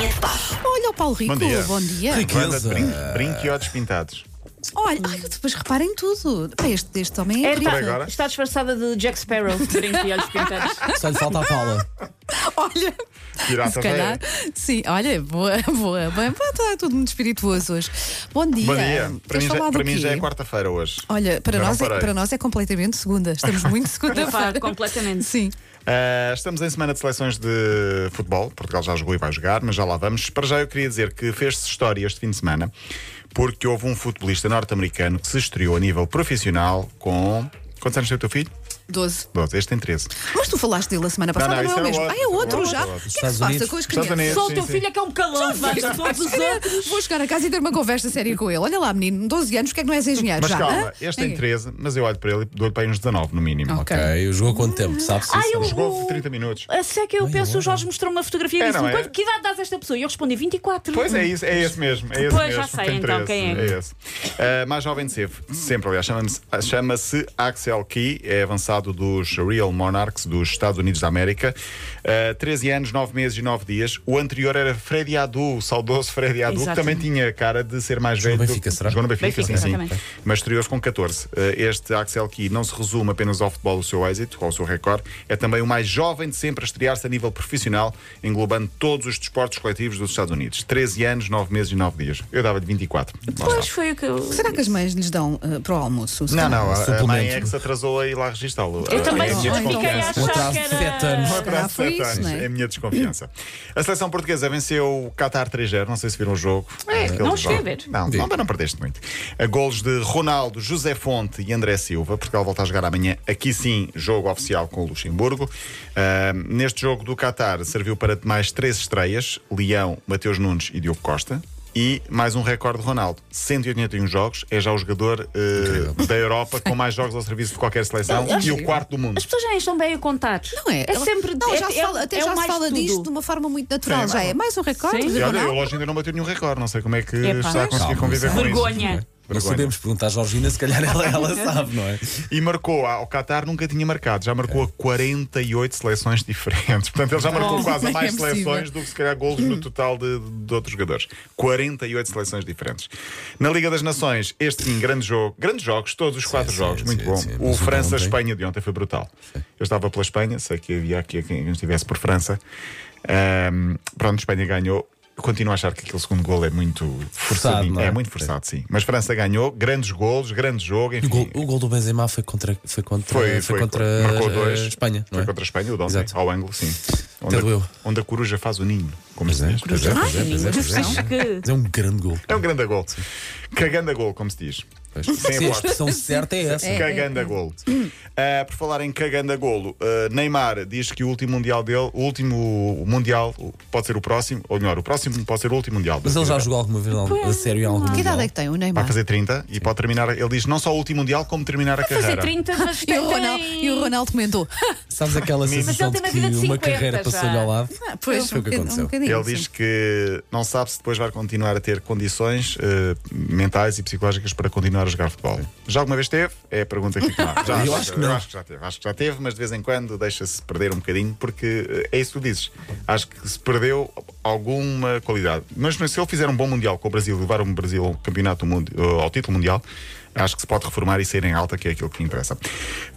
Bem-vindo ao Paulo Rico. Bom dia. dia. Banda de Riqueza. brinque, brinque e ó pintados. Olha, ai, depois reparem tudo. Pá, este, este homem é, É, incrível. Por agora? está, está disfarçada de Jack Sparrow, de brinco e olhos pintados. Só lhe falta a fala. Olha, Pirata se calhar. velha. Sim, olha, boa, boa. Bem, pá, está tudo muito espirituoso hoje. Bom dia. Bom dia. Para Queres mim, já, falar do para mim quê? já é quarta-feira hoje. Olha, para Já não nós, é, parei. para nós é completamente segunda. Estamos muito segunda-feira. Claro, completamente. Sim. Ah, estamos em semana de seleções de futebol. Portugal já jogou e vai jogar, mas já lá vamos. Para já eu queria dizer que fez-se história este fim de semana porque houve um futebolista norte-americano que se estreou a nível profissional com. Quantos anos tem o teu filho? 12. 12. Este tem 13. Mas tu falaste dele a semana passada, não, não, isso é o é mesmo? outro, ah, é outro outro, já. outro. O que é que Estados se passa Unidos. com as Estados crianças? Unidos. Só Sim, o teu sim. filho é que é um calão, vais todos os outros. Vou chegar a casa e ter uma conversa séria com ele. Olha lá, menino, 12 anos, porque é que não és engenheiro Mas já? calma, hã? este tem Ninguém. 13. 13, mas eu olho para ele e dou-lhe para aí uns 19 no mínimo. É. Ok. Ok, jogou quanto tempo? Sabe-se Ah, isso? eu- Jogou 30 minutos. A sério que eu penso, o Jorge mostrou uma É, fotografia e disse-me: não é? "Quanto- Que idade dás a esta pessoa? E eu respondi: 24. Pois é isso, é esse mesmo. É esse Pois, mesmo, já sei, tem então, 13, quem é? esse. Ah, mais jovem de sempre, sempre aliás, chama-se chama Axel Key, é avançado dos Real Monarchs dos Estados Unidos da América. Ah, 13 anos, 9 meses e 9 dias. O anterior era Freddy Adu, o saudoso Freddy Adu, que Exato. também tinha cara de ser mais Jogou velho. no do- Benfica, será? Jogou no Benfica, Benfica, sim, sim. exatamente. Mas estreou-se com 14. Ah, este Axel Key não se resume apenas ao futebol, o seu êxito, ou o seu recorde, é também o mais jovem de sempre a estrear-se a nível profissional, englobando todos os desportos coletivos dos Estados Unidos. 13 anos, 9 meses e 9 dias. Eu dava-lhe 24. Lá Pois está. foi o que eu. Será que as mães lhes dão ah, para o almoço? Não, não, a- a mãe é Suplemento. que se atrasou a ir lá registá-lo. Eu Ah, também é a minha fiquei desconfiança. a Um achar atraso que de era. 7 anos. Foi para calhar há foi sete isso, anos, não é? é a minha desconfiança. A seleção portuguesa venceu o Qatar 3-0, não sei se viram o jogo. É, não cheguei a ver. Não, não, mas não perdeste muito. A golos de Ronaldo, José Fonte e André Silva. Portugal volta a jogar amanhã, aqui sim, jogo oficial com o Luxemburgo. Ah, neste jogo do Qatar serviu para mais três estreias: Leão, Mateus Nunes e Diogo Costa. E mais um recorde de Ronaldo. 181 jogos, é já o jogador eh, da Europa com mais jogos ao serviço de qualquer seleção Eu acho- e o quarto do mundo. As pessoas já nem estão bem a contar. Não é? É sempre. não, é- já se é- fala, até é o já se mais fala tudo. disto de uma forma muito natural. Sim, já mas- é mais um recorde. Sim. do E olha, eu Ronaldo. hoje ainda não bateu nenhum recorde, não sei como é que Epá. está a conseguir Calma, conviver com isso. é? Vergonha. Não sabemos perguntar à Georgina, se calhar ela, ela sabe, não é? E marcou ao Qatar, nunca tinha marcado, já marcou a 48 seleções diferentes. Portanto, ele já marcou Oh, quase não a é mais possível. seleções do que se calhar golos no total de, de outros jogadores. 48 seleções diferentes. Na Liga das Nações, este sim, grande jogo, grandes jogos, todos os quatro sim, jogos, muito sim, bom. sim. Mas O o de França-Espanha de ontem foi brutal. Eu estava pela Espanha, sei que havia aqui quem estivesse por França. Ahm, pronto, a Espanha ganhou. Eu Continuo a achar que aquele segundo gol é muito forçado. não é? é muito forçado, sim. Mas França ganhou, grandes golos, grande jogo. O Enfim, gol, um o gol do Benzema foi contra, foi contra, foi, foi, foi contra marcou eh, dois. Espanha, não Foi é? contra a Espanha, o de ontem, Exato. ao ângulo, sim. Até doeu. onde a coruja faz o ninho, como Pois se é, diz. pois é, pois é, pois é, pois é. Acho que. Mas é um grande gol. É um grande gol. Cagando a gol, como se diz. Pois. Sem Sim, a aposta. expressão certa é essa. É. Cagando a golo. Ah, por falar em cagando a golo, ah, Neymar diz que o último mundial dele, o último mundial o- pode ser o próximo, ou melhor, o próximo pode ser o último mundial. Mas ele já Vai jogou alguma vez não, a sério em algum Que mundial? idade é que tem o Neymar? fazer 30 e pode terminar, ele diz não só o último mundial, como terminar a Fazer carreira. 30, mas E tem- o, Ronaldo, e o Ronaldo comentou. Sabes aquela ele sensação de tem uma que vida de uma 50 carreira já. passou-lhe ao lado? Ah, pois, Foi o que um, aconteceu. bocadinho. Ele sim. diz que não sabe se depois vai continuar a ter condições eh, mentais e psicológicas para continuar a jogar futebol. Já alguma vez teve? É a pergunta que claro. já, Eu acho que não. já teve, acho que já teve, mas de vez em quando deixa-se perder um bocadinho, porque eh, é isso que tu dizes. Acho que se perdeu alguma qualidade. Mas mas se ele fizer um bom Mundial com o Brasil, levar o Brasil ao campeonato do mundo, eh, ao título mundial. Acho que se pode reformar e ser em alta, que é aquilo que interessa.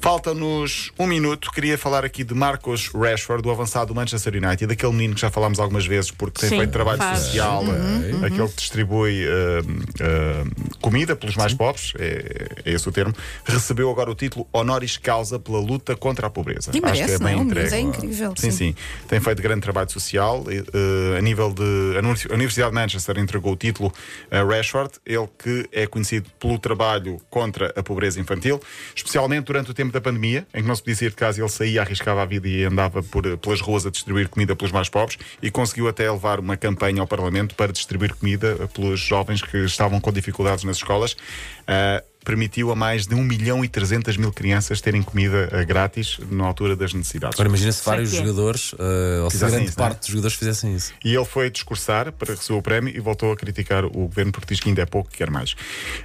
Falta-nos um minuto. Queria falar aqui de Marcos Rashford, do avançado do Manchester United, daquele menino que já falámos algumas vezes, porque tem Sim, feito trabalho faz. social, Uhum. eh, aquele que distribui eh, eh, comida pelos mais pobres, é, é esse o termo, recebeu agora o título honoris causa pela luta contra a pobreza. E merece, Acho que é bem não? entregue. Mas é incrível, Sim, sim. sim. Tem feito grande trabalho social. eh, eh, a nível de. A Univers- a Universidade de Manchester entregou o título a Rashford, ele que é conhecido pelo trabalho contra a pobreza infantil, especialmente durante o tempo da pandemia, em que não se podia sair de casa, ele saía, arriscava a vida e andava por, eh, pelas ruas a distribuir comida pelos mais pobres e conseguiu até levar uma campanha ao eh, Parlamento para distribuir comida pelos jovens que estavam com dificuldades nas escolas. Ah, permitiu a mais de 1 milhão e 300 mil crianças terem comida eh, grátis na altura das necessidades. Agora imagina se vários que é. jogadores, eh, ou se Fizessem grande isso, não é? parte dos jogadores fizessem isso. E ele foi discursar para receber o prémio e voltou a criticar o governo porque diz que ainda é pouco, que quer mais.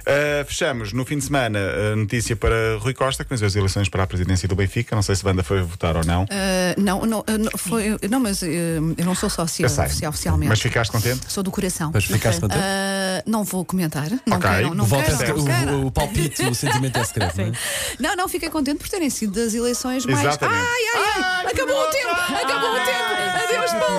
Ah, fechamos no fim de semana a notícia para Rui Costa, que venceu as eleições para a presidência do Benfica. Não sei se Banda foi votar ou não. Ah, não, não, ah, não, foi, não, mas ah, eu não sou sócia Eu sei. oficial- oficialmente. Mas ficaste contente? Sou do coração. Mas ficaste contente? Ah, não vou comentar. Não Ok. quero, não o, voto é quero, quero, secre- não quero. o, o palpite, o sentimento é secreto, não é? Não, não, fiquei contente por terem sido das eleições mais. Exatamente. Ai, ai, ai! Ai, que acabou o bom. tempo! Ai. Acabou o tempo! Adeus, Paulo!